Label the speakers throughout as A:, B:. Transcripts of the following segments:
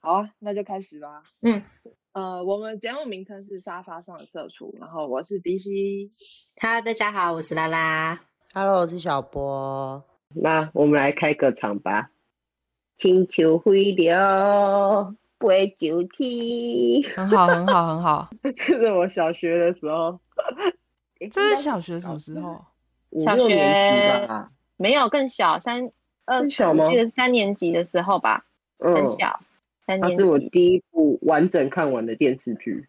A: 好啊，那就开始吧。
B: 嗯，
A: 呃，我们节目名称是《沙发上的社畜》，然后我是迪西。
B: Hello，大家好，我是拉拉。
C: Hello，我是小波。
D: 那我们来开个场吧。青丘飞流，杯酒天，
E: 很好，很好，很好。
D: 这是我小学的时候。诶
E: 这是小学什么时候？
D: 五
F: 小
D: 六
F: 学
D: 年级吧？
F: 没有更小，三二
D: 更小吗
F: 我记得是三年级的时候吧，
D: 嗯
F: 很，小，三
D: 它
F: 年
D: 是我
F: 级。
D: 第一部完整看完的电视剧。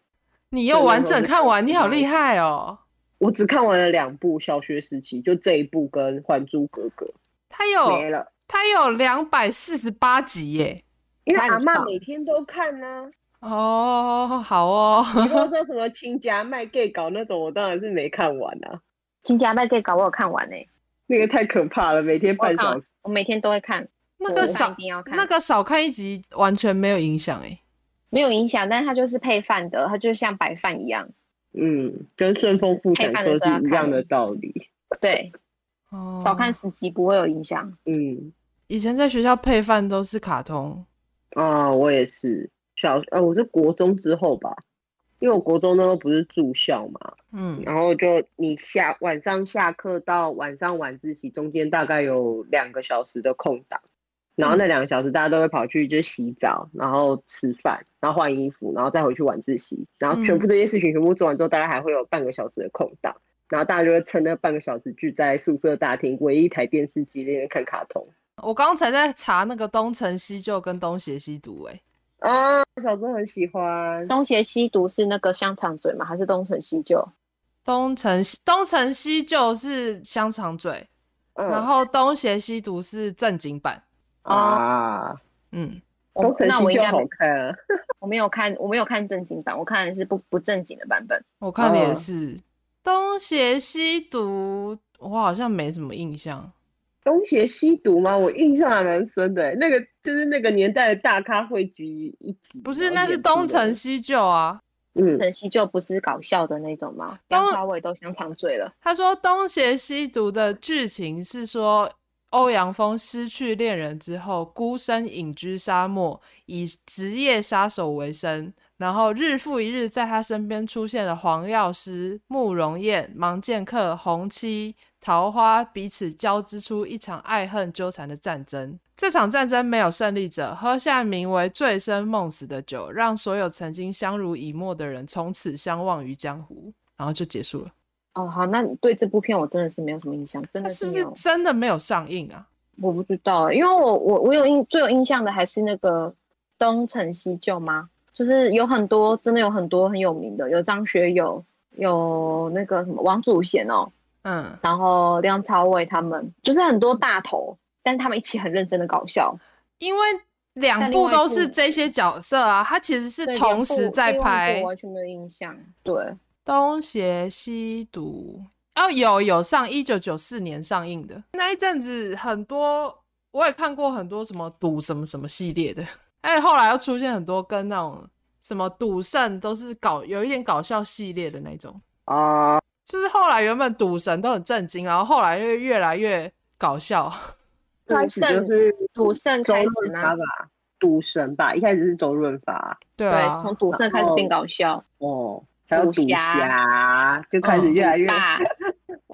E: 你又完整看完，你好厉害哦！
D: 我只看完了两部，小学时期就这一部跟《还珠格格
E: 他》
F: 哦
D: 没
E: 有
D: 了，
E: 他有两百四十八集耶！
D: 因为
F: 太
D: 阿
F: 长
D: 嬷
F: 了
D: 每天都看呢、
E: 哦，好
D: 你
E: 哦，
D: 如果说什么亲家卖 gay 搞那种，我当然是没看完啊，
F: 金家麦给搞我有看完呢、
D: 那个太可怕了，每天
F: 我有
D: 半
F: 看
D: 小
F: 完
D: 时。，
F: 我每天都会看，
E: 那个
F: 午饭
E: 少
F: 一定要看，
E: 那个少看一集完全没有影响哎。
F: 没有影响，但是它就是配饭的，它就像白饭一样。
D: 嗯，跟顺丰妇产科是一样的道理。
F: 对，
E: 哦，
F: 少看十集不会有影响。
D: 嗯，
E: 以前在学校配饭都是卡通，
D: 啊、我也是小，呃、我是国中之后吧，因为我国中那时候不是住校嘛，
E: 嗯，
D: 然后就你下晚上下课到晚上晚自习中间大概有两个小时的空档，然
F: 嗯
D: 后那两个小时大家都会跑去就洗澡，然后吃饭，然后换衣服，然后再回去晚自习，然后全
F: 嗯
D: 部这些事情全部做完之后，大概还会有半个小时的空档，然后大家就会趁那半个小时聚在宿舍大厅唯一一台电视机那边看卡通。
E: 我刚才在查那个东成西就跟东邪西毒哎，
D: 啊，小时候很喜欢，
F: 东邪西毒是那个香肠嘴吗？还是东成西就？
E: 东成西东成西就是香肠嘴，
D: 嗯、
E: 然后东邪西毒是正经版，
D: 啊，
E: 嗯，
F: 我
D: 东成
F: 哦那我应
D: 西就
F: 该
D: 好看啊，
F: 我没有看，我没有看正经版，我看的是不不正经的版本。
E: 我看的也
D: 嗯
E: 是、东邪西毒，我好像没什么印象。
D: 东邪西毒吗？我印象还蛮深的欸、那个就是那个年代的大咖汇聚一集，
E: 不是，
D: 然后
E: 那是
D: 演出
E: 东
D: 的
E: 成，西就啊。
D: 嗯
F: 东，成西就不是搞笑的那种吗？
E: 当
F: 梁朝伟都香肠嘴了。
E: 他说东邪西毒的剧情是说，欧阳锋失去恋人之后，孤身隐居沙漠，以职业杀手为生。然后日复一日，在他身边出现了黄药师、慕容燕、盲剑客、红七、桃花，彼此交织出一场爱恨纠缠的战争。这场战争没有胜利者，喝下名为“醉生梦死”的酒，让所有曾经相濡以沫的人从此相忘于江湖。然后就结束了。
F: 哦，好，那你对这部片我真的是没有什么印象，真
E: 它
F: 的
E: 是不
F: 没
E: 是
F: 有，
E: 真的没有上映啊？
F: 我不知道欸，因为我我我有印最有印象的还是那个东成西就吗？就是有很多真的有很多很有名的，有张学友，有那个什么王祖贤哦，
E: 嗯，
F: 然后梁朝伟他们，就是很多大头，但是他们一起很认真的搞笑，
E: 因为两
F: 但另
E: 部
F: 外一
E: 都
F: 部
E: 是这些角色啊，它其实是
F: 对
E: 同时在
F: 两部另外
E: 拍
F: 一部我
E: 《
F: 完全没有印象。对，
E: 东邪西毒》。哦，有有上一九九四年上映的那一阵子，很多我也看过很多什么赌什么什么系列的， 哎，后来又出现很多跟那种什么赌圣都是搞有一点搞笑系列的那种，
D: 啊，
E: 就是后来原本赌神都很震惊，然后后来又越来越搞笑。
D: 开
F: 赌
D: 始就
F: 圣
D: 是
F: 赌圣
D: 周
F: 开始
D: 润发
F: 吗？
D: 吧，赌神吧，一开始是周润发，
E: 对啊，
F: 对，从赌圣开始变搞笑，
D: 哦，还有
F: 赌
D: 赌
F: 侠
D: 侠，就开始
E: 嗯
D: 越来越，
F: 爸，
E: 对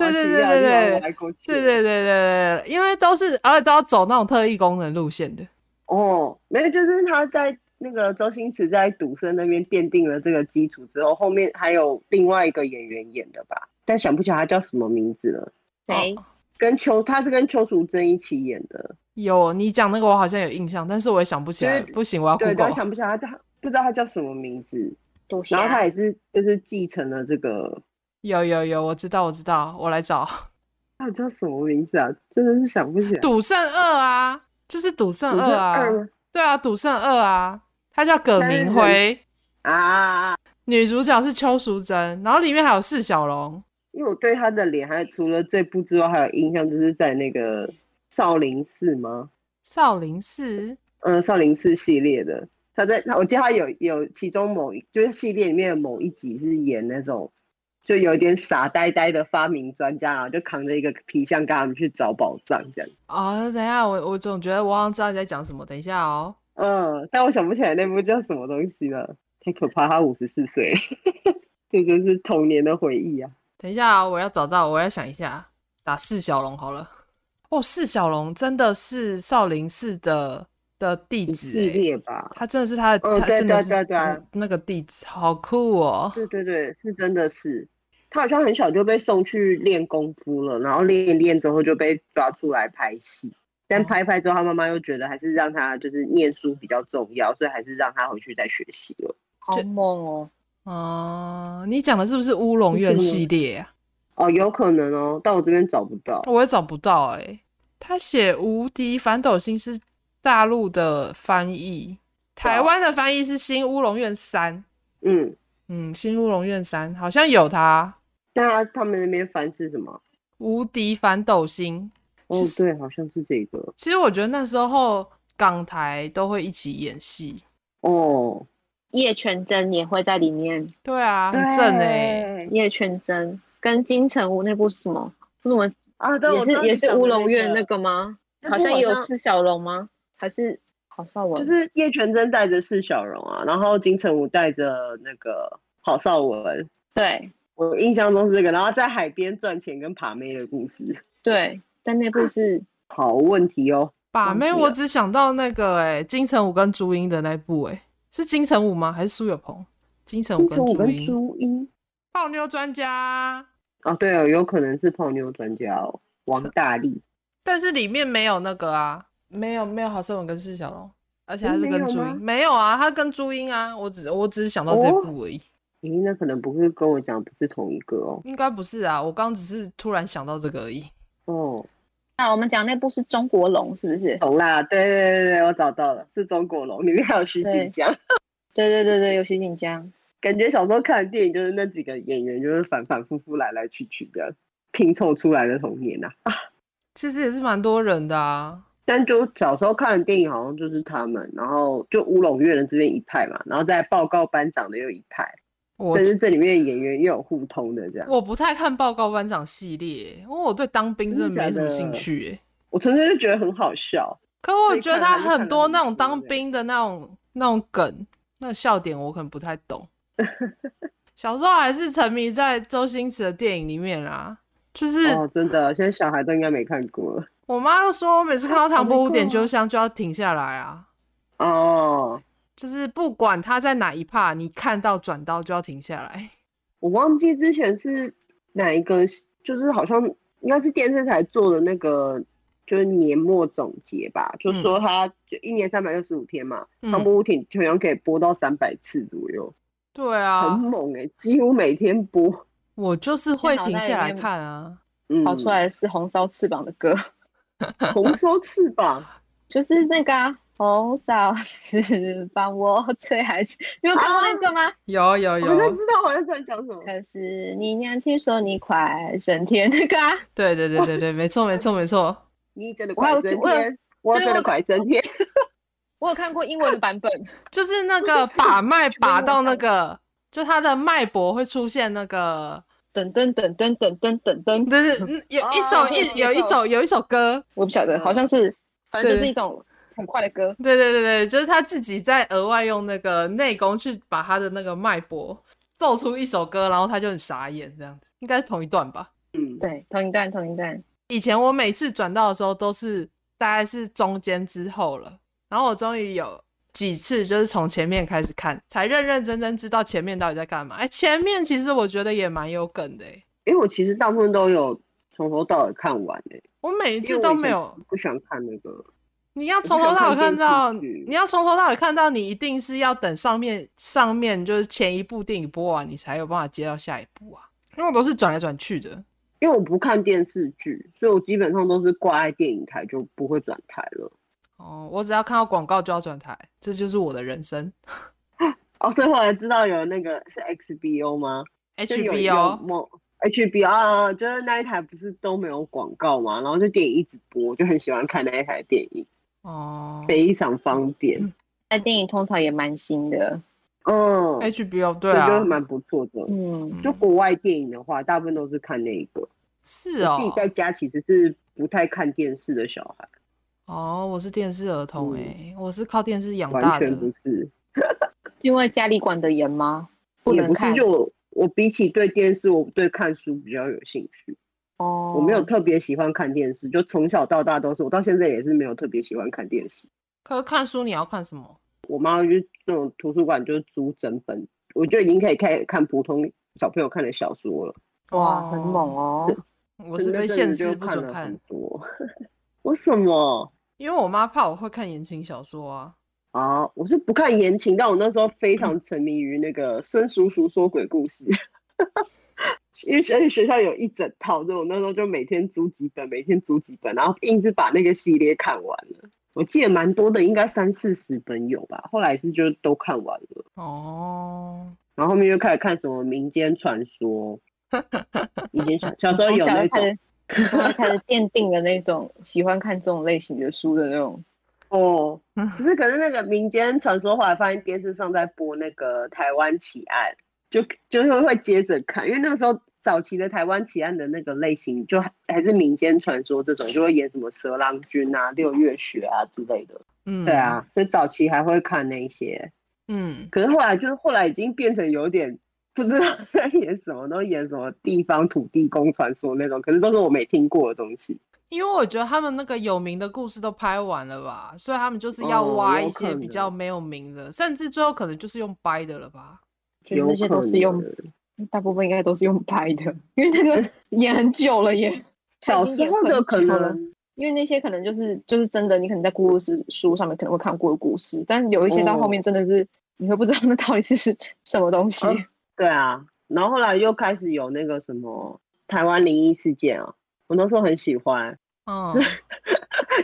D: 哇
E: 对
D: 是
E: 对
D: 越来
E: 对
D: 越
E: 对
D: 往歪过去
E: 对对对对对，因为都是而且都要走那种特异功能路线的。
D: 哦，没有，就是他在那个周星驰在赌圣那边奠定了这个基础之后，后面还有另外一个演员演的吧，但想不起来他叫什么名字了。
F: 谁？
D: 跟邱，他是跟邱淑贞一起演的，
E: 有你讲那个我好像有印象，但是我也想不起来
D: 就，是
E: 不行，我要
D: 对，但
E: Google。
D: 想不起来他叫，不知道他叫什么名字。
F: 赌
D: 哦然后
E: 啊
F: 侠
D: 他。也是，就是继承了这个，
E: 有有有，我知道我知道，我来找《
D: 他叫什么名字啊？真的是想不起来。
E: 赌圣二》啊，就是《赌圣
D: 你
E: 二
D: 说》
E: 啊，
D: 吗
E: 对啊，《赌圣二》啊，它叫葛
D: 但是
E: 明
D: 人
E: 辉，
D: 啊，
E: 女主角是邱淑贞，然后里面还有释小龙。
D: 因为我对他的脸，还有除了这部之外，还有印象就是在那个少林寺吗？
E: 少林寺，
D: 嗯，少林寺系列的，他在，他我记得他有有其中某一就是系列里面的某一集是演那种就有点傻呆呆的发明专家，然后就扛着一个皮箱跟他们去找宝藏这样。
E: 哦，等一下，我我总觉得我好像知道你在讲什么，等一下哦。
D: 嗯，但我想不起来那部叫什么东西了，太可怕，他五十四岁了，这真是童年的回忆啊！
E: 等一下、啊，我要找到，我要想一下，打释小龙好了。哦，释小龙真的是少林寺的的弟
D: 一
E: 子、
D: 系
E: 欸，
D: 列吧，
E: 他真的是他的，
D: 哦
E: 他
D: 对
E: 真的
D: 对
E: 是
D: 对对
E: 嗯那个弟子，好酷哦！
D: 对对对，是真的是。他好像很小就被送去练功夫了，然后练一练之后就被抓出来拍戏。但
E: 哦
D: 拍一拍之后，他妈妈又觉得还是让他就是念书比较重要，所以还是让他回去再学习了。
F: 好猛哦！
E: 哦、你讲的是不是乌龙院系列啊？
D: 哦，有可能哦，但我这边找不到。
E: 我也找不到哎、他写《无敌反斗星》是大陆的翻译，台湾的翻译是《新乌龙院三》。
D: 嗯，
E: 嗯，《新乌龙院三》好像有他《
D: 但他他们那边翻是什么？
E: 无敌反斗星》
D: 哦，对，好像是这个。
E: 其实我觉得那时候港台都会一起演戏，
D: 哦，
F: 叶全真也会在里面，
E: 对啊，很正哎、
D: 对
F: 叶全真跟金城武那部是什么？是什么？
D: 啊，对，
F: 也
D: 我知道
F: 是
D: 你
F: 也是
D: 讲的
F: 乌龙院
D: 那
F: 那个吗？
D: 那部
F: 好像也有
D: 好像
F: 释小龙吗？还是郝邵文？
D: 就是叶全真带着释小荣啊，然后金城武带着那个郝邵文。
F: 对
D: 我印象中是这个，然后在海边赚钱跟爬妹的故事。
F: 对，但那部是
D: 好问题哦，
E: 把
D: 忘
E: 妹，
D: 记
E: 我
D: 了
E: 只想到那个哎、金城武跟朱茵的那部哎、是金城武吗？还是苏有朋？金城武跟
D: 金城武
E: 朱
D: 跟
E: 茵，
D: 朱茵
E: 泡妞专家，
D: 哦，对哦，有可能是泡妞专家哦，王大力。
E: 但是里面没有那个啊，没有没有郝邵文跟释小龙，而且还是
D: 诶
E: 跟
D: 没有
E: 朱
D: 吗
E: 茵，没有啊，他跟朱茵啊，我只我只是想到这
D: 哦
E: 部而已，
D: 咦，那可能不是跟我讲不是同一个哦。
E: 应该不是啊，我刚只是突然想到这个而已。
D: 哦，
F: 啊，我们讲那部是中国龙，是不是？
D: 懂啦，对对对对，我找到了，是中国龙，里面还有徐锦江。
F: 对对对对，有徐锦江。
D: 感觉小时候看的电影就是那几个演员，就是反反复复来来去去这样拼凑出来的童年呐、啊。
E: 其实也是蛮多人的啊，
D: 但就小时候看的电影好像就是他们，然后就乌龙院的这边一派嘛，然后再报告班长的又一派，
E: 我
D: 但是这里面演员又有互通的这样。
E: 我不太看报告班长系列，因为我对当兵真
D: 真的
E: 的没什么
D: 假的
E: 兴趣耶、
D: 我纯粹就觉得很好笑，
E: 可我
D: 所以
E: 觉得
D: 看
E: 他
D: 来就看
E: 很
D: 了
E: 多
D: 很
E: 那种
D: 多
E: 当
D: 这样
E: 兵的那种那种梗、那个笑点，我可能不太懂。 小时候还是沉迷在周星驰的电影里面啦，就是
D: 哦，真的，现在小孩都应该没看过了
E: 我妈就说，我每次看到《唐伯虎点秋
D: 哦过
E: 香》就要停下来啊，
D: 哦。
E: 就是不管他在哪一趴，你看到转到就要停下来。
D: 我忘记之前是哪一个，就是好像应该是电视台做的那个，就是年末总结吧，就
F: 嗯
D: 说它就一年三百六十五天嘛，
E: 嗯
D: 唐伯虎点秋香可以播到三百次左右，
E: 对
D: 很
E: 啊，
D: 猛哎、几乎每天播。
E: 我就是
F: 在
E: 会
F: 脑
E: 停
F: 袋里
E: 下来
F: 面
E: 看啊。
D: 嗯，
F: 跑出来的是《红烧翅膀》的歌，
D: 红烧翅膀，
F: 就是那个、啊。红烧翅膀，我最爱吃。你有看过那个吗？
E: 有有
D: 我好像
E: 有
D: 知，道，好像在讲什么。
F: 可是你娘亲说你快升天那个、啊，
E: 对对对对对，没错没错没错。
D: 你真的
F: 我还
D: 快
F: 有
D: 升
F: 我有
D: 天，我
F: 对
D: 真的
F: 我
D: 快升天。
F: 我有看过英文的版本。
E: 就是那个把脉
F: 部
E: 把
F: 都
E: 到那
F: 看
E: 个，就它的脉搏会出现那个，
F: 等等等等等等等等，
E: 对对，嗯有一首
D: 哦
E: 一有一首有一首歌，
F: 我不晓得，
D: 嗯
F: 好像是，反正就
E: 对
F: 是一种很快的歌。
E: 对对对对，就是他自己在额外用那个内功去把他的那个脉搏奏出一首歌，然后他就很傻眼这样子，应该是同一段吧。
D: 嗯，
F: 对，同一段，同一段。
E: 以前我每次转到的时候都是大概是中间之后了，然后我终于有几次就是从前面开始看，才认认真真知道前面到底在干嘛。哎，前面其实我觉得也蛮有梗的、欸，
D: 因为我其实大部分都有从头到尾看完诶、
E: 我每一
D: 因为
E: 次
D: 我
E: 都
D: 以前
E: 没有。
D: 不喜欢看那个。
E: 你要
D: 不
E: 从头
D: 想
E: 到尾
D: 看
E: 看
D: 电视
E: 到，
D: 剧
E: 你要从头到尾看到，你一定是要等上面上面就是前一部电影播完，你才有办法接到下一部啊。因为我都是转来转去的，
D: 因为我不看电视剧，所以我基本上都是挂在电影台，就不会转台了。
E: 哦，我只要看到广告就要转台，这就是我的人生。
D: 哦，所以后来知道有那个是 XBO 吗就有一个
E: HBO
D: 某 HBO 啊，就是那一台不是都没有广告嘛，然后就电影一直播，就很喜欢看那一台电影，
E: 哦
D: 非常方便
E: 嗯。
F: 那电影通常也蛮新的，
D: 嗯，
E: ，HBO 对
D: 我
E: 啊
D: 觉，得蛮不错的。
F: 嗯，
D: 就国外电影的话，大部分都是看那一个。
E: 是
D: 我
E: 哦
D: 自己在家其实是不太看电视的小孩。
E: 哦，我是电视儿童哎、
D: 嗯
E: 我是靠电视养大
D: 完
E: 的。
D: 全不是，
F: 因为家里管得严吗？不
D: 也
F: 能
D: 不是
F: 看
D: 就我我比起对电视，我对看书比较有兴趣。
F: 哦，
D: 我没有特别喜欢看电视，就从小到大都是，我到现在也是没有特别喜欢看电视。
E: 可是看书你要看什么？
D: 我妈就那种图书馆就是租整本，我就已经可以开看普通小朋友看的小说了。
F: 哇，很猛哦，
E: 我是
D: 那
E: 被
D: 阵
E: 限
D: 子就
E: 制不
D: 看
E: 准
D: 了
E: 看
D: 很，多。 我什么
E: 因为我妈怕我会看言情小说啊。
D: 啊？我是不看言情，但我那时候非常沉迷于那个孙叔叔说鬼故事。因为而且学校有一整套，所以我那时候就每天租几本，每天租几本，然后硬是把那个系列看完了。我记得蛮多的，应该三四十本有吧。后来是就都看完了，
E: 哦，
D: 然后后面又开始看什么民间传 说。以前小小时候
F: 从
D: 有
F: 小
D: 那
F: 就开
D: 种
F: 始，从小就开始奠定了那种喜欢看这种类型的书的那种。
D: 哦，可是可是那个民间传说，后来发现电视上在播那个台湾奇案，就就是会接着看，因为那个时候早期的台湾奇案的那个类型，就还还是民间传说这种，就会演什么蛇郎君啊、六月雪啊之类的。
E: 嗯，
D: 对，啊，所以早期还会看那一些，
E: 嗯，
D: 可是后来就是后来已经变成有点。不知道在演什么，都演什么地方土地公传说那种，可是都是我没听过的东西。
E: 因为我觉得他们那个有名的故事都拍完了吧，所以他们就是要
D: 哦
E: 挖
D: 有
E: 一
D: 可
E: 些比较
D: 能
E: 没有名的，甚至最后可能就是用掰的了吧。
F: 觉得那些都是
D: 有可
F: 用
D: 能，
F: 大部分应该都是用拍的，因为那个 演很久了耶。
D: 小时候的可
F: 已经演很久了
D: 能
F: 因为那些可能就是就是真的，你可能在故事书上面可能会看过的故事，但有一些到后面真的是、你会不知道那到底是什么东西。
D: 嗯对哦啊，然后后来又开始有那个什么台湾灵异事件啊，我那时候很喜欢，
E: 嗯，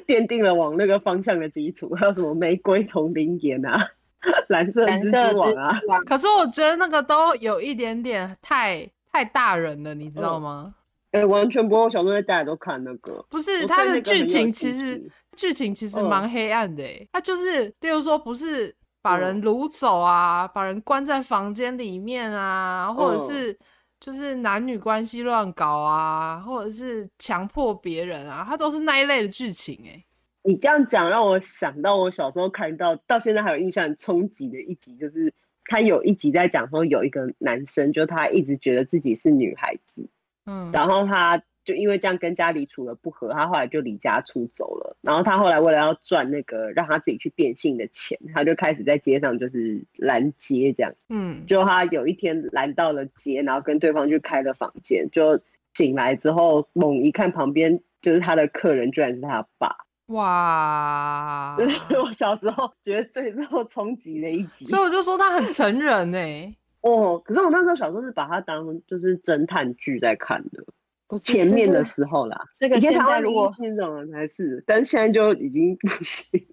D: 奠定了往那个方向的基础。还有什么玫瑰同灵眼啊， 蓝色
F: 蓝色
D: 蜘蛛网啊
F: 蜘，蛛网，
E: 可是我觉得那个都有一点点太太大人了，你知道
D: 嗯
E: 吗？
D: 哎、完全不用小时候大家都看那个，
E: 不
D: 我
E: 是，
D: 对
E: 它
D: 那
E: 的
D: 个很
E: 剧
D: 有
E: 情
D: 兴
E: 其实
D: 趣
E: 剧情其实
D: 嗯
E: 蛮黑暗的欸，它就是，例如说不是把人
D: 嗯
E: 掳走啊，把人关在房间里面啊，或者
D: 嗯
E: 是就是男女关系乱搞啊，或者是强迫别人啊，它都是那一类的剧情哎。
D: 你这样讲让我想到我小时候看到到现在还有印象很冲击的一集，就是他有一集在讲说有一个男生，就他一直觉得自己是女孩子，
E: 嗯，
D: 然后他就因为这样跟家里处的不和，他后来就离家出走了。然后他后来为了要赚那个让他自己去变性的钱，他就开始在街上就是拦街这样。
E: 嗯，
D: 就他有一天拦到了街，然后跟对方去开了房间，就醒来之后猛一看旁边就是他的客人，居然是他爸。
E: 哇，
D: 这是我小时候觉得最受冲击的一集
E: 所以我就说它很成人哎。
D: 哦。可是我那时候小时候是把它当就是侦探剧在看的，
F: 不是
D: 前面的
F: 这
D: 时候啦。
F: 这个
D: 以前
F: 现
D: 台
F: 在
D: 湾
F: 如果
D: 那种人才是，但是现在就已经 不行。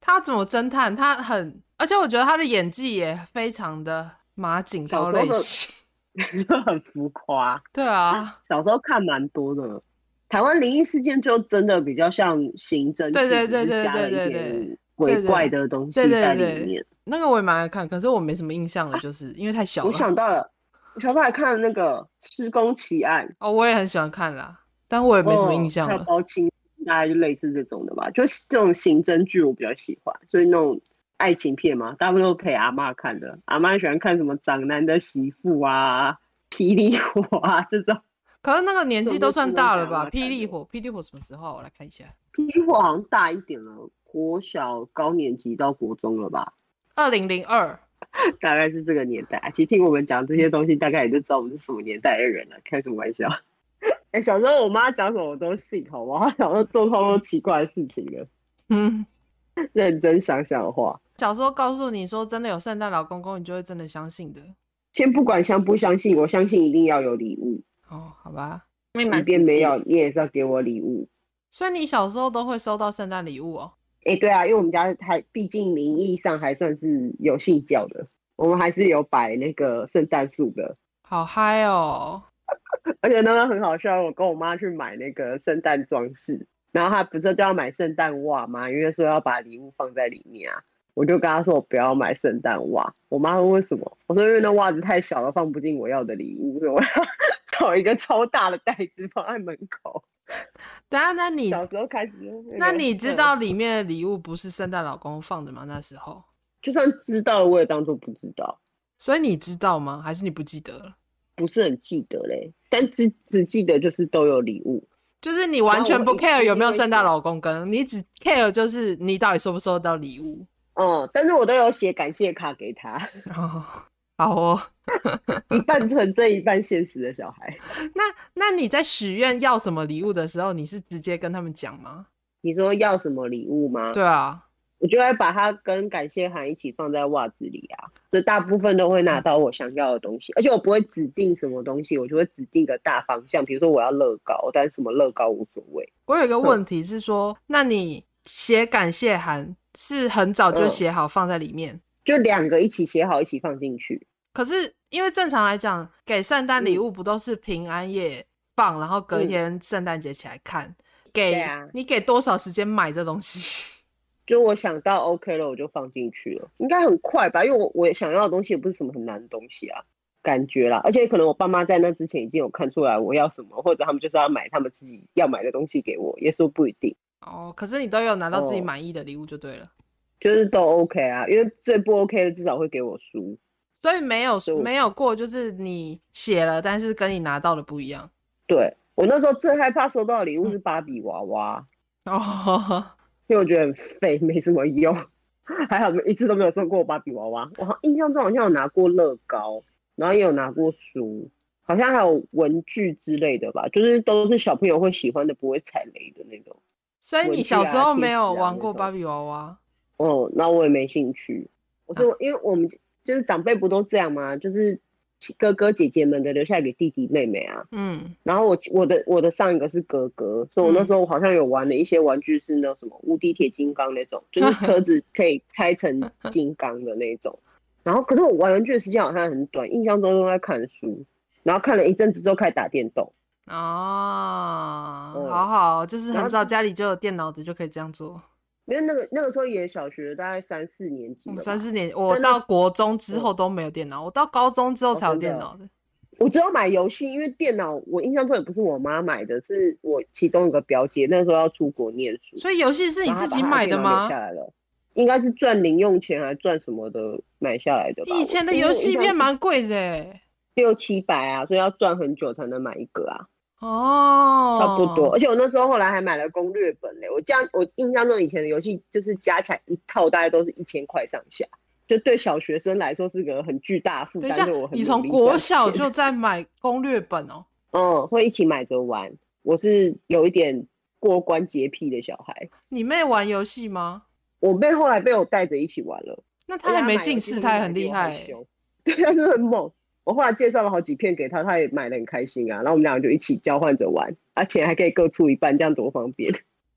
E: 他怎么侦探？他很，而且我觉得他的演技也非常的马景
D: 小
E: 涛
D: 时候
E: 类
D: 的
E: 型。
D: 就很浮夸。
E: 对啊，
D: 小时候看蛮多的，台湾灵异事件就真的比较像刑侦剧，
E: 对对对
D: 只是加了一
E: 对对对
D: 点
E: 对
D: 鬼
E: 对
D: 怪的东
E: 对
D: 西
E: 对
D: 在
E: 对
D: 里面。
E: 那个我也蛮爱看，可是我没什么印象了，就是因为太小了。
D: 啊我想到了，我小时候还看了那个《施工奇案》，
E: 哦，我也很喜欢看啦，但我也没什么印象
D: 哦还有
E: 了。
D: 包青，大概就类似这种的吧。就是这种刑侦剧我比较喜欢，所以那种爱情片嘛，大部分都陪阿嬷看的。阿嬷喜欢看什么《长男的媳妇》啊，《霹雳火》啊这种。
E: 可是那个年纪都算大了吧？
D: 这种就
E: 霹
D: 是
E: 雳
D: 那种
E: 火，霹雳火什么时候？我来看一下，
D: 霹雳火好像大一点了，国小高年级到国中了吧，
E: 二零零二。
D: 大概是这个年代。啊其实听我们讲这些东西，大概也就知道我们是什么年代的人了。开什么玩笑？ 哎、小时候我妈讲什么我都信，好不好？ 小时候做超多奇怪的事情了。
E: 嗯，
D: 认真想想的话，
E: 小时候告诉你说真的有圣诞老公公，你就会真的相信的。
D: 先不管相不相信，我相信一定要有礼物，
E: 哦，好吧。
F: 未
D: 即
F: 满
D: 便没
F: 有，
D: 有，你也是要给我礼物。
E: 所以你小时候都会收到圣诞礼物哦。
D: 哎、对啊，因为我们家还毕竟名义上还算是有信教的，我们还是有摆那个圣诞树的。
E: 好嗨哦！
D: 而且那时候很好笑，我跟我妈去买那个圣诞装饰，然后她不是都要买圣诞袜吗？因为说要把礼物放在里面啊。我就跟她说我不要买圣诞袜，我妈问为什么，我说因为那袜子太小 了，放不进我要的礼物，所以我要找一个超大的袋子放在门口。
E: 等下，那你
D: 小时候开始就个。
E: 那你知
D: 嗯
E: 道里面的礼物不是圣诞老公放的吗？那时候，
D: 就算知道了，我也当做不知道，
E: 所以你知道吗？还是你不记得了？
D: 不是很记得嘞。但只只记得就是都有礼物，
E: 就是你完全
D: 我
E: 不
D: 一
E: care
D: 一
E: 有
D: 定
E: 没有
D: 会
E: 圣诞
D: 写
E: 老公跟，你只 care 就是你到底收不收到礼物。
D: 嗯，但是我都有写感谢卡给他，
E: 哦，好哦。
D: 一半纯真，一半现实的小孩。
E: 那那你在许愿要什么礼物的时候，你是直接跟他们讲吗？
D: 你说要什么礼物吗？
E: 对啊，
D: 我就会把它跟感谢函一起放在袜子里啊，所以大部分都会拿到我想要的东西，而且我不会指定什么东西，我就会指定一个大方向，比如说我要乐高，但什么乐高无所谓。
E: 我有一个问题是说，那你写感谢函是很早就
D: 嗯
E: 写好放在里面，
D: 就两个一起写好，一起放进去。
E: 可是因为正常来讲，给圣诞礼
D: 嗯
E: 物不都是平安夜放，然后隔一
D: 嗯
E: 天圣诞节起来看？给、
D: 对啊
E: 你给多少时间买这东西？
D: 就我想到 OK 了，我就放进去了，应该很快吧？因为我我想要的东西也不是什么很难的东西啊，感觉啦。而且可能我爸妈在那之前已经有看出来我要什么，或者他们就是要买他们自己要买的东西给我，也说不一定，
E: 哦，可是你都有拿到自己
D: 哦
E: 满意的礼物就对了，
D: 就是都 OK 啊。因为最不 OK 的至少会给我书，
E: 所以没有
D: 所以我
E: 没有过就是你写了，但是跟你拿到的不一样
D: 对我那时候最害怕收到的礼物是芭比娃娃，
E: 哦。
D: 因为我觉得很废， 没什么用。还好一次都没有收过芭比娃娃，我好印象中好像有拿过乐高，然后也有拿过书，好像还有文具之类的吧，就是都是小朋友会喜欢的，不会踩雷的那种。
E: 所以
D: 文
E: 你
D: 具
E: 小时
D: 啊
E: 候
D: 贴
E: 没
D: 纸
E: 有
D: 啊
E: 玩
D: 那
E: 过
D: 种
E: 芭比娃娃，
D: 哦，那我也没兴趣。我说，因为我们就是长辈不都这样吗？就是哥哥姐姐们的留下来给弟弟妹妹啊。
E: 嗯，
D: 然后我我的我的上一个是格格，所以我那时候好像有玩的一些玩具是那种什么无敌铁金刚那种，就是 车子可以拆成金刚的那种。然后可是我玩玩具的时间好像很短，印象中都在看书，然后看了一阵子之后开始打电动。
E: 哦，
D: 哦
E: 好好，就是
D: 然
E: 很
D: 后
E: 早家里就有电脑的就可以这样做。
D: 因为那个那个时候也小学，大概三四年级
E: 我们
D: 了吧。
E: 哦三四年，我
D: 真的
E: 到国中之
D: 嗯
E: 后都没有电脑，我到高中之后
D: 哦
E: 才有
D: 真的
E: 电
D: 哦
E: 脑的。
D: 我只有买游戏，因为电脑我印象中也不是我妈买的，是我其中一个表姐那时候要出国念书，
E: 所以游戏是你
D: 然后
E: 自
D: 她
E: 己
D: 把她
E: 买的
D: 电脑留
E: 吗？
D: 下来了，应该是赚零用钱还是赚什么的买下来的吧。
E: 你以前的
D: 我因为
E: 游
D: 我
E: 戏
D: 印象
E: 片
D: 是
E: 蛮贵的欸
D: 六七百啊，所以要赚很久才能买一个啊，
E: 哦，
D: 差不多。。而且我那时候后来还买了攻略本嘞，我这样我印象中以前的游戏就是加起来一套大概都是一千块上下，就对小学生来说是个很巨大的负
E: 等
D: 担
E: 一。下
D: 所以我，很
E: 你
D: 努
E: 从
D: 力
E: 国
D: 赚
E: 小
D: 钱
E: 就在买攻略本哦，
D: 嗯，会一起买着玩。我是有一点过关洁癖的小孩，
E: 你妹玩游戏吗？
D: 我妹后来被我带着一起玩了，
E: 那她
D: 而且
E: 还没
D: 哎买游
E: 近
D: 戏
E: 视，
D: 会
E: 她
D: 买
E: 也很
D: 得比
E: 厉
D: 我还
E: 害欸。
D: 凶对，她是很猛。我后来介绍了好几片给她，她也买的很开心啊。然后我们两个就一起交换着玩，而且还可以各出一半，这样多方便。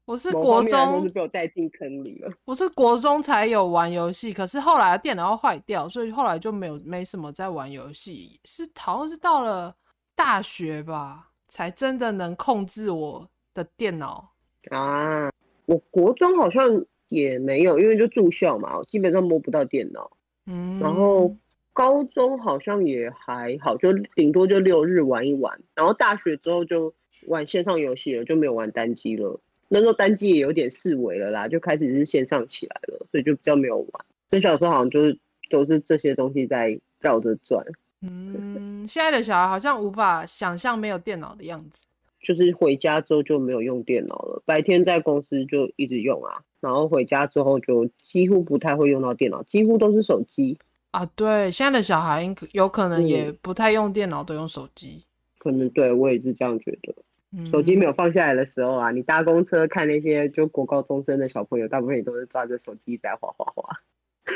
E: 我是
D: 某
E: 国
D: 方面来说是
E: 中，
D: 被我带进坑里了。
E: 我是国中才有玩游戏，可是后来电脑坏掉，所以后来就没有没什么在玩游戏，是好像是到了大学吧，才真的能控制我的电脑。
D: 啊，我国中好像也没有，因为就住校嘛，我基本上摸不到电脑。
E: 嗯，
D: 然后高中好像也还好，就顶多就六日玩一玩。然后大学之后就玩线上游戏了，就没有玩单机了。那时候单机也有点式微了啦，就开始是线上起来了，所以就比较没有玩。所以小时候好像就是都是这些东西在绕着转，
E: 嗯，现在的小孩好像无法想象没有电脑的样子。
D: 就是回家之后就没有用电脑了，白天在公司就一直用啊，然后回家之后就几乎不太会用到电脑，几乎都是手机。
E: 啊，对，现在的小孩应有可能也
D: 嗯
E: 不太用电脑，都用手机。
D: 可能对我也是这样觉得。
E: 嗯、
D: 手机没有放下来的时候啊，你搭公车看那些就国高中生的小朋友，大部分也都是抓着手机在滑滑滑，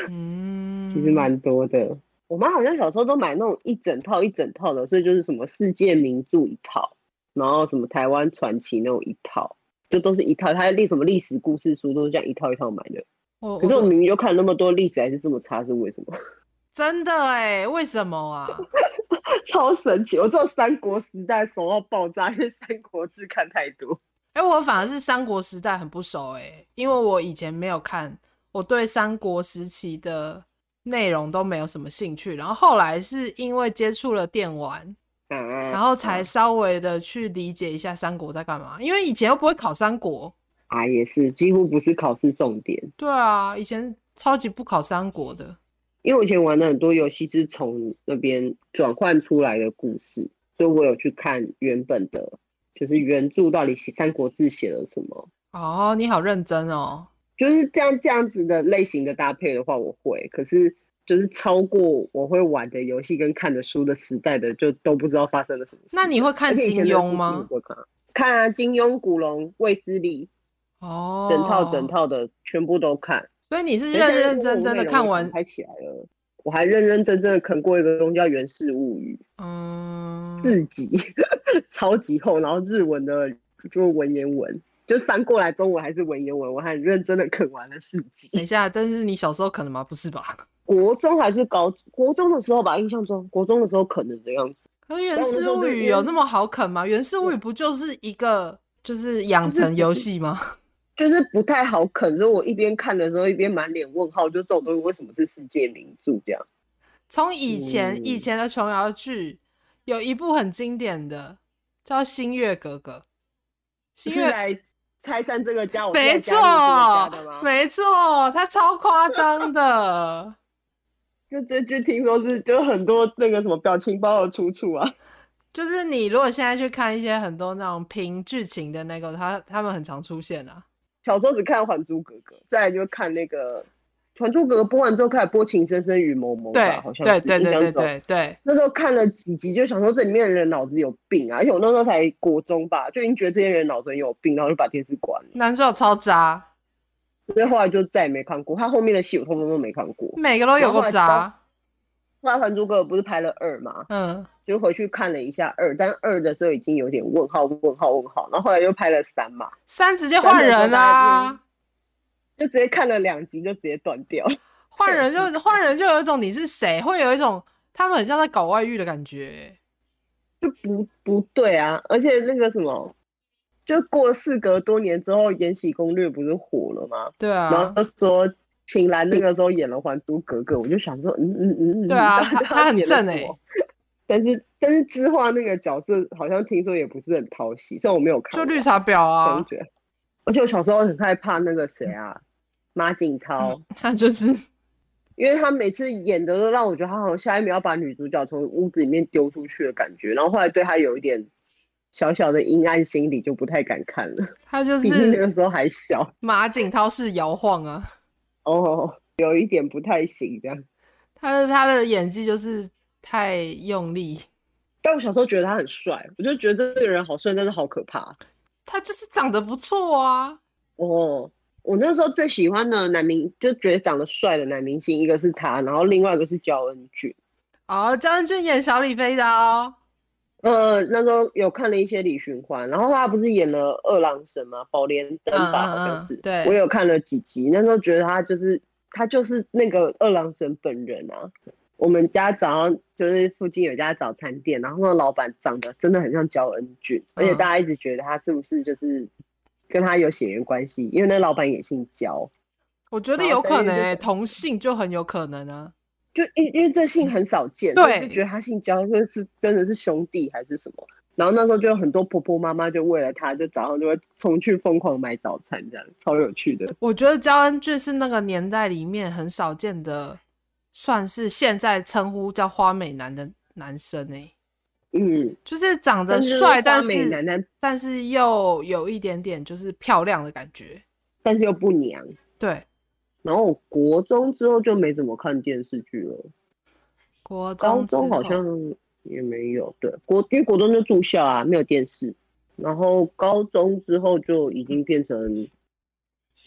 E: 嗯，
D: 其实蛮多的。我妈好像小时候都买那种一整套一整套的，所以就是什么世界名著一套，然后什么台湾传奇那种一套，就都是一套。她历什么历史故事书都是这样一套一套买的。
E: 我
D: 可是
E: 我
D: 我
E: 都
D: 明明就看了那么多历史，还是这么差，是为什么？
E: 真的哎，为什么啊？
D: 超神奇！我只有三国时代熟到爆炸，因为三国志看太多。
E: 哎、我反而是三国时代很不熟哎，因为我以前没有看，我对三国时期的内容都没有什么兴趣。然后后来是因为接触了电玩，
D: 嗯，
E: 然后才稍微的去理解一下三国在干嘛，因为以前又不会考三国，
D: 啊也是几乎不是考试重点，
E: 对啊，以前超级不考三国的，
D: 因为我以前玩的很多游戏是从那边转换出来的故事，所以我有去看原本的，就是原著到底写《三国志》写了什么。
E: 哦，你好认真哦，
D: 就是这样这样子的类型的搭配的话，我会。可是就是超过我会玩的游戏跟看的书的时代的，就都不知道发生了什么事。
E: 那你会看
D: 而且以
E: 金
D: 前的
E: 庸
D: 书
E: 吗？
D: 我看看啊，金庸、古龙、卫斯理，
E: 哦，
D: 整套整，套的全部都看。
E: 所以你是
D: 等一下
E: 认认真真的看完，
D: 拍起来了。我还认认真真的啃过一个东西叫《源氏物语
E: 嗯》，，
D: 四集， 超级厚，然后日文的就文言文，就翻过来中文还是文言文，我很认真的啃完了四集
E: 等。一下，但是你小时候可能吗？不是吧？
D: 国中还是高国中的时候吧，印象中国中的时候可能的样子，
E: 可是《源
D: 但我那
E: 氏
D: 时候
E: 物
D: 就
E: 语》
D: 因
E: 有
D: 为
E: 那么好啃吗？《源氏物语》不就是一个就是养
D: 就是
E: 成
D: 不
E: 游
D: 是
E: 戏吗？
D: 就是不太好啃，所以我一边看的时候一边满脸问号，就这种东西为什么是世界名著这样？
E: 从以前、以
D: 嗯
E: 前的琼瑶剧有一部很经典的叫《新月格格》，新
D: 是啊
E: 月
D: 来拆散这个家，我是
E: 没
D: 来
E: 错
D: 加入这个家的吗？
E: 没错，它超夸张的。
D: 就这句听说是就很多那个什么表情包的出处啊，
E: 就是你如果现在去看一些很多那种评剧情的那个，他他们很常出现啊。
D: 小时候只看《还珠格格》，再来就看那个《还珠格格》播完之后开始播《情深深雨蒙蒙》吧，
E: 对
D: 好像
E: 对
D: 是
E: 对
D: 印
E: 对
D: 象
E: 对
D: 中
E: 对对，
D: 那时候看了几集，就想说这里面的人脑子有病啊！而且我那时候才国中吧，就已经觉得这些人脑子很有病，然后就把电视关了。
E: 男主角超渣，
D: 所以后来就再也没看过他后面的戏，我通通都没看过。
E: 每个都有
D: 然后
E: 个
D: 后来
E: 渣。
D: 后来《还珠格格》不是拍了二嘛，
E: 嗯，
D: 就回去看了一下二，但二的时候已经有点问号、问号、问号。然后后来又拍了三嘛，
E: 三直接
D: 三
E: 换
D: 的时候
E: 人啊
D: 大家
E: 啦、
D: 已经就直接看了两集就直接断掉。
E: 换人就换人就有一种你是谁，会有一种他们很像在搞外遇的感觉。
D: 就不不对啊！而且那个什么，就过了事隔多年之后，《延禧攻略》不是火了吗？
E: 对啊，
D: 然后就说秦岚那个时候演了《还珠格格》，我就想说，嗯嗯嗯，嗯
E: 对啊
D: 到底
E: 她她很
D: 演了
E: 正
D: 什
E: 欸
D: 么但是但是知画那个角色好像听说也不是很讨喜，虽然我没有看
E: 就
D: 完，
E: 绿茶婊
D: 但我
E: 啊，
D: 觉得，而且我小时候很害怕那个谁啊，马景涛，
E: 他就是
D: 因为他每次演的都让我觉得他好像下一秒要把女主角从屋子里面丢出去的感觉，然后后来对他有一点小小的阴暗心理，就不太敢看了，
E: 他就
D: 毕竟那个
E: 是
D: 时候还小
E: 马景涛式摇晃啊，
D: 哦，有一点不太行这样。
E: 他的他的演技就是太用力，
D: 但我小时候觉得他很帅，我就觉得这个人好帅，但是好可怕
E: 他就是长得不错啊，
D: 哦。我那时候最喜欢的男明，就觉得长得帅的男明星，一个是他，然后另外一个是焦恩俊。
E: 哦，张恩俊演小李飞刀、
D: 呃，那时候有看了一些李寻欢，然后他不是演了二郎神嘛，《宝莲灯》吧，
E: 嗯嗯
D: 好
E: 嗯
D: 像是。
E: 对
D: 我有看了几集，那时候觉得他就是他就是那个二郎神本人啊。我们家早上就是附近有一家早餐店，然后那个老板长得真的很像焦恩俊，而且
E: 嗯
D: 大家一直觉得他是不是就是跟他有血缘关系，因为那老板也姓焦，
E: 我觉得
D: 然后
E: 有可能、
D: 张
E: 欸，
D: 恩俊就
E: 同性就很有可能啊，
D: 就因因为这姓很少见，所以
E: 对
D: 就觉得他姓焦，那是真的是兄弟还是什么？然后那时候就有很多婆婆妈妈就为了他，就早上就会冲去疯狂买早餐，这样超有趣的。
E: 我觉得焦恩俊是那个年代里面很少见的，算是现在称呼叫花美男的男生哎、
D: 嗯，
E: 就是长得
D: 但是
E: 帅，
D: 花
E: 但
D: 美男
E: 是
D: 但
E: 但是又有一点点就是漂亮的感觉。
D: 但是又不娘。
E: 对，
D: 然后我国中之后就没怎么看电视剧了，
E: 国中哦
D: 高中
E: 之
D: 好
E: 后
D: 像也没有。对，国因为国中就住校啊，没有电视。然后高中之后就已经变成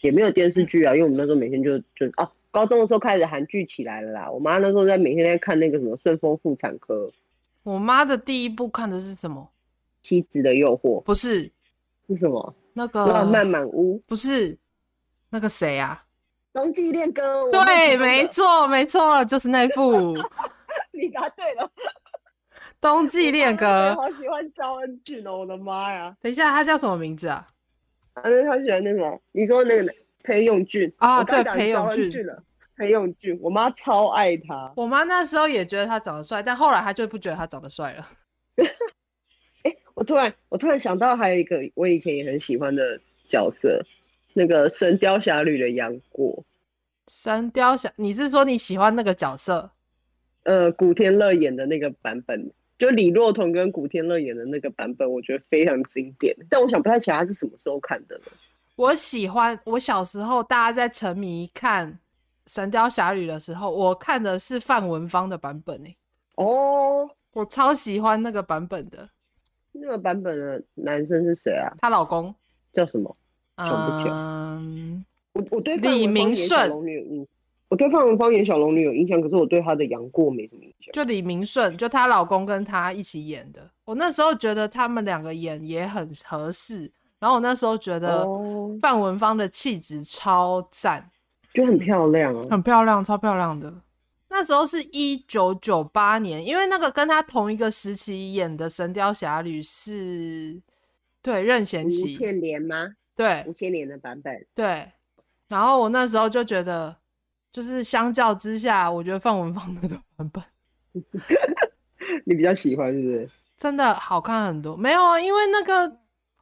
D: 也没有电视剧啊，因为我们那时候每天就就哦，高中的时候开始韩剧起来了啦。我妈那时候在每天在看那个什么《顺丰妇产科》《
E: 我妈的第一部看的是什么？
D: 妻子的诱惑
E: 不是》
D: 是什么？
E: 那
D: 《
E: 个
D: 浪漫满屋》《
E: 不是那个谁啊？
D: 冬季恋歌》我妹
E: 对，
D: 喜欢的
E: 没，错，没错，就是那部 《
D: 你答对了。
E: 冬季恋
D: 我
E: 歌》。
D: 好喜欢赵恩俊哦，我的妈呀！
E: 等一下，他叫什么名字啊？
D: 啊，那他喜欢那什么？你说那个哪裴勇俊
E: 啊
D: 我刚
E: 对
D: 讲
E: 裴
D: 焦
E: 勇
D: 恩
E: 俊
D: 了，裴勇俊，我妈超爱他。
E: 我妈那时候也觉得他长得帅，但后来她就不觉得他长得帅了。
D: 我突然我突然想到还有一个我以前也很喜欢的角色，那个《神雕侠侣》的杨过，
E: 神雕侠，你是说你喜欢那个角色？
D: 呃，古天乐演的那个版本，就李若彤跟古天乐演的那个版本，我觉得非常经典。但我想不太起来他是什么时候看的了。
E: 我喜欢，我小时候大家在沉迷看《神雕侠侣》的时候，我看的是范文芳的版本诶、欸
D: 哦，
E: 我超喜欢那个版本的，
D: 那个版本的男生是谁啊？
E: 她老公，
D: 叫什么？想不起来
E: 嗯，
D: 我我对
E: 李
D: 范文芳
E: 明
D: 演小
E: 顺
D: 龙女有印象，我对范文芳演小龙女有印象，可是我对她的杨过没什么印象。
E: 就李明顺，就她老公跟她一起演的。我那时候觉得他们两个演也很合适，然后我那时候觉得
D: 哦
E: 范文芳的气质超赞，
D: 就很漂亮啊。
E: 很漂亮，超漂亮的。那时候是一九九八年，因为那个跟他同一个时期演的《神雕侠侣》是，对任贤
D: 吴
E: 齐，
D: 倩莲吗？
E: 对
D: 吴倩莲的版本，
E: 对。然后我那时候就觉得，就是相较之下，我觉得范文芳那个版本
D: 你比较喜欢是不是？
E: 真的好看很多。没有啊，因为那个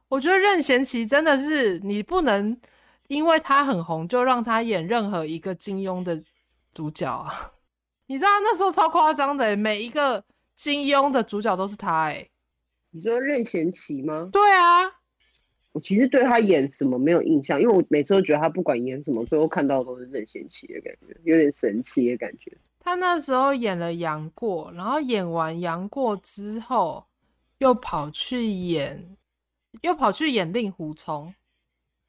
E: 我觉得任贤齐真的是你不能因为他很红就让他演任何一个金庸的主角啊。 你知道那时候超夸张的欸、每一个金庸的主角都是他哎、
D: 你说任贤齐吗？
E: 对啊，
D: 我其实对他演什么没有印象，因为我每次都觉得他不管演什么，最后看到的都是任贤齐的感觉，有点神奇的感觉。
E: 他那时候演了杨过，然后演完杨过之后，又跑去演，又跑去演令狐冲，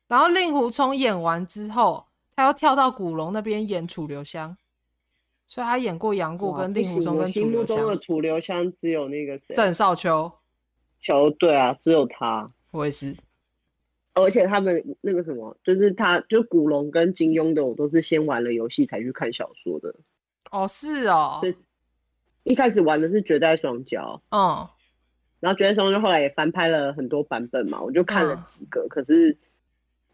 E: 然后令狐冲演完之后，他又跳到古龙那边演楚留香，所以他演过杨过
D: 哇
E: 跟
D: 不
E: 令狐
D: 行
E: 冲
D: 我
E: 跟楚
D: 心目
E: 留
D: 中的
E: 香。
D: 楚留香只有那个谁，
E: 郑少秋，
D: 乔对啊，只有他。
E: 我也是，
D: 而且他们那个什么，就是他，就古龙跟金庸的，我都是先玩了游戏才去看小说的。
E: 哦是哦，
D: 对一开始玩的是《绝代双骄》，
E: 嗯，
D: 然后《绝代双骄》后来也翻拍了很多版本嘛，我就看了
E: 嗯
D: 几个，可是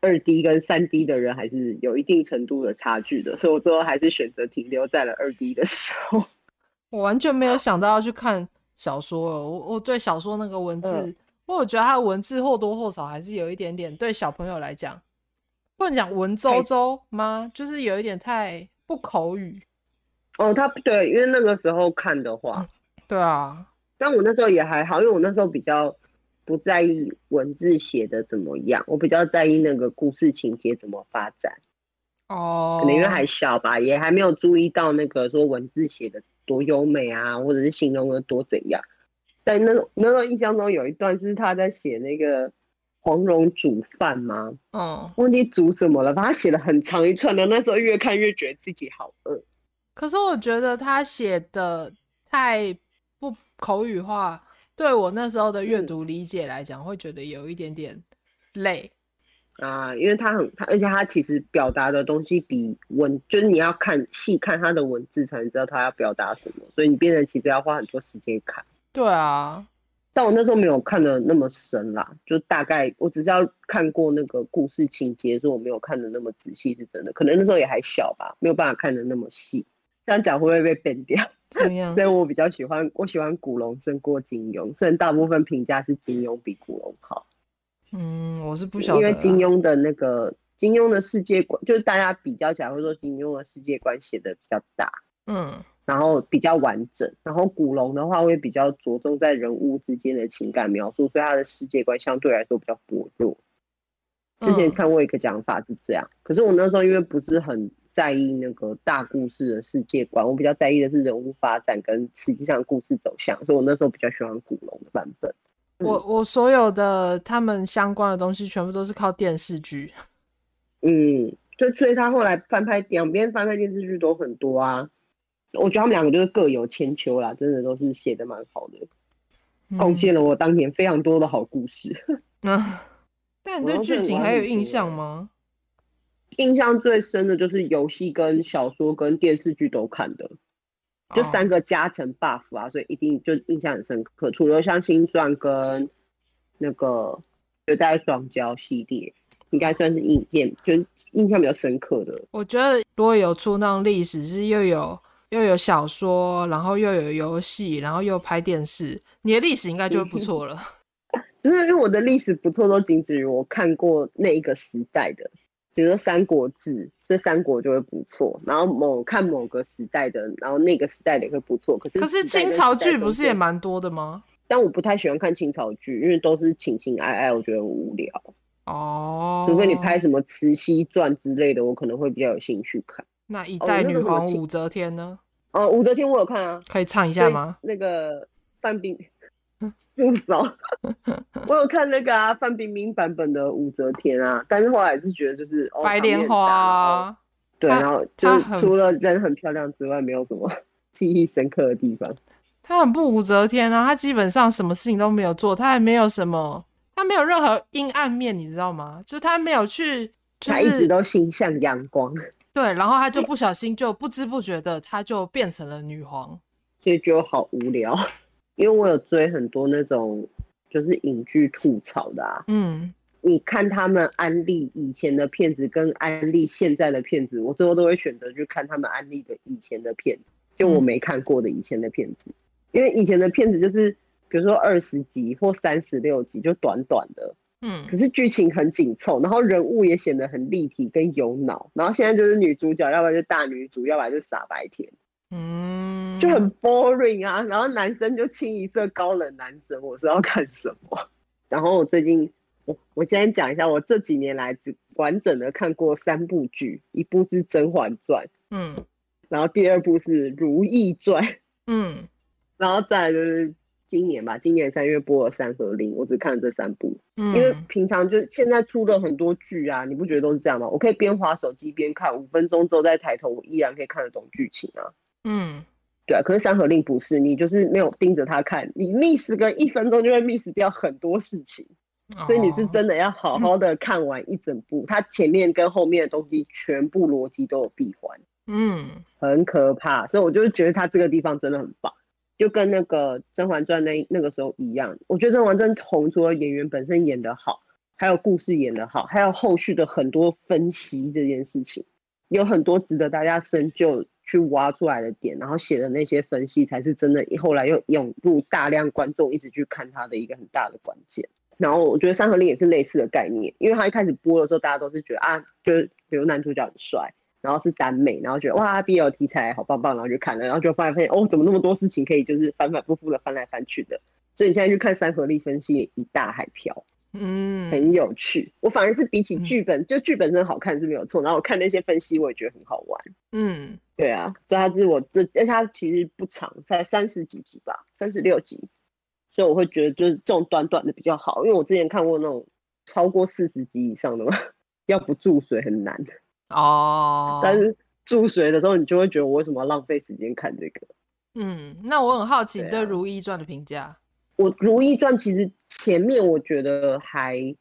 D: 二 D 跟三 D 的人还是有一定程度的差距的，所以我最后还是选择停留在了二 D 的时候。
E: 我完全没有想到要去看小说哦，我我对小说那个文字，
D: 嗯
E: 不过我觉得它的文字或多或少还是有一点点对小朋友来讲，不能讲文绉绉吗？就是有一点太不口语。
D: 哦，他对，因为那个时候看的话，
E: 对啊，
D: 但我那时候也还好，因为我那时候比较不在意文字写的怎么样，我比较在意那个故事情节怎么发展。
E: 哦
D: 可能因为还小吧，也还没有注意到那个说文字写的多优美啊，或者是形容的多怎样。但那那时候印象中有一段是他在写那个黄蓉煮饭吗？
E: 嗯，
D: 忘记煮什么了，反正他写了很长一串的。那时候越看越觉得自己好饿。
E: 可是我觉得他写的太不口语化，对我那时候的阅
D: 嗯
E: 读理解来讲，会觉得有一点点累。
D: 啊，因为他很他，而且他其实表达的东西比文，就是你要看细看他的文字才能知道他要表达什么，所以你变成其实要花很多时间看。
E: 对啊，
D: 但我那时候没有看的那么深啦，就大概我只是要看过那个故事情节，所以我没有看的那么仔细，是真的。可能那时候也还小吧，没有办法看的那么细。这样讲会不会被变掉？
E: 怎么样
D: 所？以我比较喜欢，我喜欢古龙胜过金庸，虽然大部分评价是金庸比古龙好，
E: 嗯，我是不晓得
D: 因
E: 啦。
D: 为金庸的那个金庸的世界观，就是大家比较起来会说金庸的世界观写的比较大，
E: 嗯。
D: 然后比较完整。然后古龙的话会比较着重在人物之间的情感描述，所以他的世界观相对来说比较薄弱。之前
E: 嗯
D: 看过一个讲法是这样，可是我那时候因为不是很在意那个大故事的世界观，我比较在意的是人物发展跟实际上故事走向，所以我那时候比较喜欢古龙的版本。
E: 我我所有的他们相关的东西，全部都是靠电视剧。
D: 嗯，就所以他后来翻拍两边翻拍电视剧都很多啊。我觉得他们两个就是各有千秋啦，真的都是写的蛮好的，贡献了我当年非常多的好故事。
E: 嗯。 但你对剧情还有印象吗？
D: 印象最深的就是游戏、跟小说、跟电视剧都看的，就
E: 哦
D: 三个加成 buff 啊，所以一定就印象很深刻。除了像《新传》跟那个《绝代双骄》系列，应该算是印象，就是印象比较深刻的。
E: 我觉得如果有出那种历史是又有又有小说，然后又有游戏，然后又拍电视，你的历史应该就不错 了。
D: 就是因为我的历史不错，都仅止于我看过那一个时代的，比如说《三国志》，这三国就会不错。然后某看某个时代的，然后那个时代的也会不错。可是
E: 可是
D: 时代
E: 清
D: 跟
E: 朝
D: 时代
E: 剧不
D: 中
E: 是也
D: 间？
E: 蛮多的吗？
D: 但我不太喜欢看清朝剧，因为都是情情爱爱，我觉得很无聊。
E: 哦，
D: 除非你拍什么《慈禧传》之类的，我可能会比较有兴趣看。
E: 那一
D: 哦
E: 代
D: 那
E: 女
D: 个什么
E: 皇
D: 清
E: 武则天呢？
D: 哦、武则天我有看啊，
E: 可以唱一
D: 所
E: 下
D: 以
E: 吗？嗯
D: 那个范冰 助手，我有看那个啊范冰冰版本的武则天啊，但是后来是觉得就是、哦、
E: 白
D: 场面
E: 莲
D: 很大哦
E: 花
D: 然后
E: 啊，
D: 对，
E: 她
D: 然后
E: 她
D: 就是
E: 很
D: 除了人很漂亮之外，没有什么记忆深刻的地方。
E: 她很不武则天啊，她基本上什么事情都没有做，她还没有什么，她没有任何阴暗面，你知道吗？就是她没有去，就
D: 她一直
E: 是
D: 都心向阳光，
E: 对，然后她就不小心就不知不觉的，她就变成了女皇。
D: 所以就好无聊。因为我有追很多那种就是影剧吐槽的啊，
E: 嗯，
D: 你看他们安利以前的片子跟安利现在的片子，我最后都会选择去看他们安利的以前的片子，就我
E: 嗯
D: 没看过的以前的片子，因为以前的片子就是比如说二十集或三十六集，就短短的，
E: 嗯
D: 可，是剧情很紧凑，然后人物也显得很立体跟有脑，然后现在就是女主角，要不然就大女主，要不然就傻白甜，
E: 嗯，
D: 就很 boring 啊。然后男生就清一色高冷男神，我是要看什么？然后我最近，我我今天讲一下，我这几年来只完整的看过三部剧，一部是《甄嬛传》，
E: 嗯
D: 然后第二部是《如懿传》，
E: 嗯，
D: 然后再来就是今年吧，今年三月播了《山河令》，我只看了这三部，
E: 嗯
D: 因为平常就现在出了很多剧啊，你不觉得都是这样吗？我可以边划手机边看，五分钟之后再抬头，我依然可以看得懂剧情啊。
E: 嗯
D: 对啊，可是《山河令》不是，你就是没有盯着它看，你 miss 个一分钟就会 miss 掉很多事情，所以你是
E: 哦
D: 真的要好好的看完一整部，它前面跟后面的东西全部逻辑都有闭环，
E: 嗯
D: 很可怕。所以我就觉得它这个地方真的很棒，就跟那个《甄嬛传》那那个时候一样。我觉得《甄嬛传》红除了演员本身演得好，还有故事演得好，还有后续的很多分析这件事情，有很多值得大家深究去挖出来的点，然后写的那些分析才是真的后来又涌入大量观众一直去看它的一个很大的关键。然后我觉得《山河令》也是类似的概念，因为它一开始播的时候，大家都是觉得啊，就是比如男主角很帅，然后是耽美，然后觉得哇 BL 题材好棒棒，然后就看了，然后就发现发现哦，怎么那么多事情可以就是反反复复的翻来翻去的，所以你现在去看三合力分析也一大海漂，
E: 嗯，
D: 很有趣。我反而是比起
E: 嗯
D: 剧本，就剧本真的好看是没有错，然后我看那些分析我也觉得很好玩。
E: 嗯
D: 对啊，所以它是我这，而且它其实不长，才三十几集吧，三十六集，所以我会觉得就是这种短短的比较好，因为我之前看过那种超过四十集以上的嘛， 要不注水很难。
E: 哦，
D: 但是注水的时候，你就会觉得我为什么要浪费时间看这个？
E: 嗯，那我很好奇你
D: 对
E: 对《
D: 啊
E: 如懿传》的评价。
D: 我《如懿传》其实前面我觉得还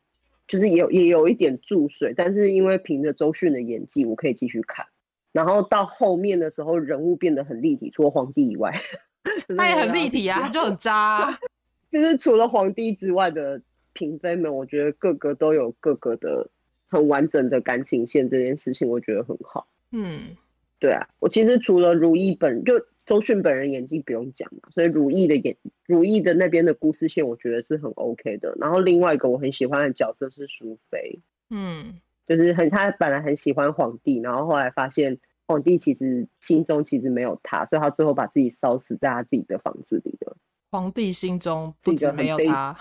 D: 就是也有也有一点注水，但是因为凭着周迅的演技，我可以继续看。然后到后面的时候，人物变得很立体，除了皇帝以外，就是
E: 他也
D: 没
E: 很
D: 有
E: 立体啊，
D: 比
E: 他
D: 较
E: 就很渣啊、
D: 就是除了皇帝之外的嫔妃们，我觉得各个都有各个的很完整的感情线，这件事情我觉得很好。
E: 嗯
D: 对啊，我其实除了如懿本就周迅本人演技不用讲嘛，所以如懿的演如懿的那边的故事线，我觉得是很 OK 的。然后另外一个我很喜欢的角色是淑妃，
E: 嗯
D: 就是很她本来很喜欢皇帝，然后后来发现皇帝其实心中其实没有她，所以她最后把自己烧死在她自己的房子里了。
E: 皇帝心中不
D: 是一个
E: 止没
D: 很
E: 有
D: 悲
E: 他，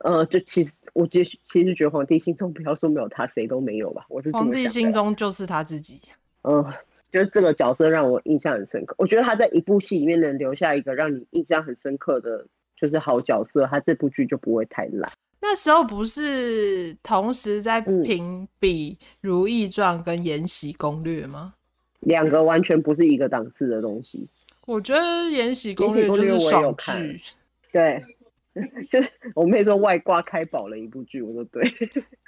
D: 呃，就其实我其实其实觉得皇帝心中不要说没有他，谁都没有吧，我是这么
E: 皇帝
D: 想的
E: 心中就是他自己。
D: 嗯，就是这个角色让我印象很深刻。我觉得他在一部戏里面能留下一个让你印象很深刻的，就是好角色，他这部剧就不会太烂。
E: 那时候不是同时在
D: 嗯
E: 评比《如懿传》跟《延禧攻略》吗？
D: 两个完全不是一个档次的东西。
E: 我觉得《延禧攻
D: 延禧
E: 略》
D: 攻
E: 就
D: 略
E: 是
D: 我也有
E: 爽
D: 看
E: 剧，
D: 对， 就是我妹说外挂开宝了一部剧，我说对，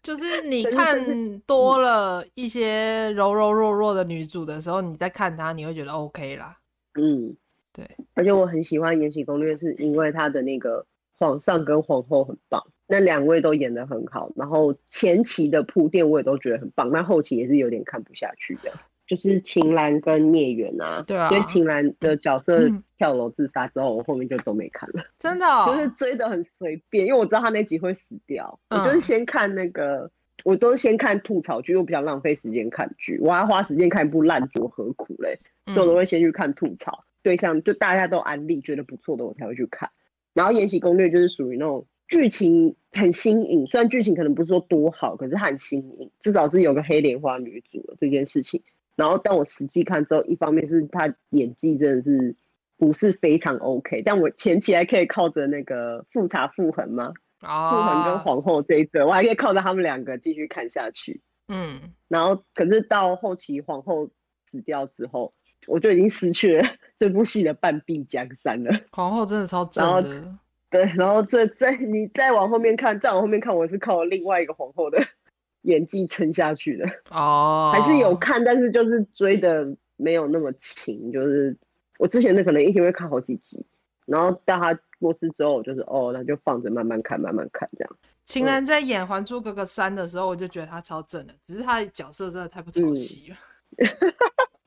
E: 就是你
D: 但是但是嗯
E: 看多了一些柔柔弱弱的女主的时候，你再看她，你会觉得 OK 啦。
D: 嗯，
E: 对。
D: 而且我很喜欢《延禧攻略》，是因为他的那个皇上跟皇后很棒，那两位都演得很好，然后前期的铺垫我也都觉得很棒，那后期也是有点看不下去的。就是秦岚跟聂远啊，
E: 对啊
D: 所以秦岚的角色
E: 嗯
D: 跳楼自杀之后，我后面就都没看了，
E: 真的哦、
D: 就是追的很随便，因为我知道他那集会死掉，
E: 嗯
D: 我就是先看那个，我都是先看吐槽剧，因为我比较浪费时间看剧，我还要花时间看一部烂剧，我何苦嘞？所以我都
E: 嗯
D: 会先去看吐槽对象，就大家都安利觉得不错的，我才会去看。然后《延禧攻略》就是属于那种剧情很新颖，虽然剧情可能不是说多好，可是它很新颖，至少是有个黑莲花女主的这件事情。然后，但我实际看之后，一方面是她演技真的是不是非常 OK，但我前期还可以靠着那个富察傅恒嘛，傅恒跟
E: 啊，
D: 皇后这一对，我还可以靠着他们两个继续看下去。
E: 嗯，
D: 然后可是到后期皇后死掉之后，我就已经失去了 这部戏的半壁江山了。
E: 皇后真的超正
D: 然后
E: 的，
D: 对，然后这再你再往后面看，再往后面看，我是靠另外一个皇后的 演技撑下去的，
E: 哦，
D: 还是有看，但是就是追的没有那么勤，就是我之前的可能一天会看好几集，然后到他过世之后，我就是哦，那就放着慢慢看，慢慢看这样。
E: 秦岚在演《还珠格格三》的时候，我就觉得她超正的，只是她的角色真的太不
D: 嗯
E: 讨喜了。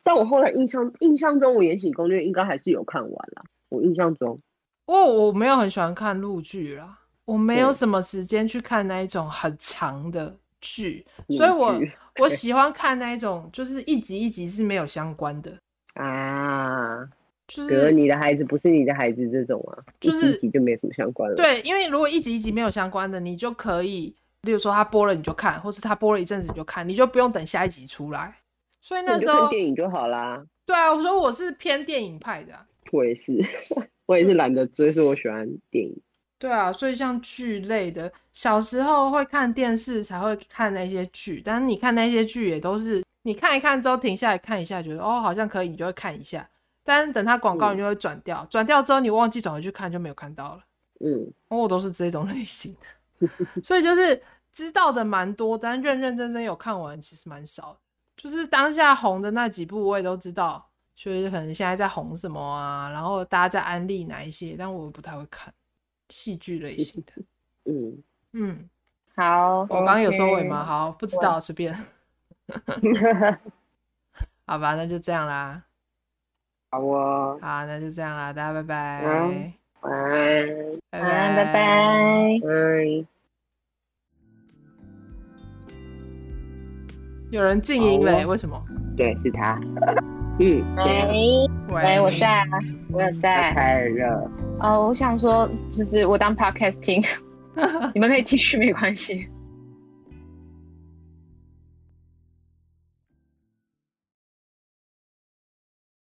D: 但我后来印象印象中，我《延禧攻略》应该还是有看完啦，我印象中。
E: 哦，我没有很喜欢看陆剧啦，我没有
D: 对
E: 什么时间去看那一种很长的剧，所以我
D: 剧
E: 我
D: 对
E: 喜欢看那一种就是一集一集是没有相关的，
D: 啊，
E: 就
D: 比如
E: 是
D: 你的孩子不是你的孩子这种啊，
E: 就
D: 一集一
E: 是
D: 集就没什么相关了。，
E: 对，因为如果一集一集没有相关的，你就可以，例如说他播了你就看，或是他播了一阵子你就看，你就不用等下一集出来。所以
D: 那
E: 那
D: 你
E: 时
D: 就看
E: 候，
D: 电影就好啦。
E: 对啊，我说我是偏电影派的啊、
D: 我也是， 我也是懒得追，所以我喜欢电影。
E: 对啊，所以像剧类的，小时候会看电视才会看那些剧，但是你看那些剧也都是你看一看之后停下来看一下，觉得哦好像可以，你就会看一下，但是等它广告
D: 嗯
E: 你就会转掉，转掉之后你忘记转回去看就没有看到了。
D: 嗯，
E: 哦，我都是这种类型的， 所以就是知道的蛮多，但认认真真有看完其实蛮少的。就是当下红的那几部我也都知道，就是可能现在在红什么啊，然后大家在安利哪一些，但我不太会看戏剧类型的。
D: 嗯，
E: 嗯，
F: 好，
E: 我刚刚有收尾
F: OK
E: 吗？？好，不知道，随便。 好吧，那就这样啦。
D: 好哦，
E: 好，那就这样啦，大家拜拜，
D: 嗯晚安，
E: 拜
F: 晚安，拜拜。
D: 拜。
E: 有人静音嘞，
D: 好哦
E: 为什么？
D: 对，是他。嗯，
F: 喂喂，我在啊，我有
D: 太
F: 在。
D: 太热。
F: 哦，我想说，就是我当 podcast 听，你们可以继续，没关系。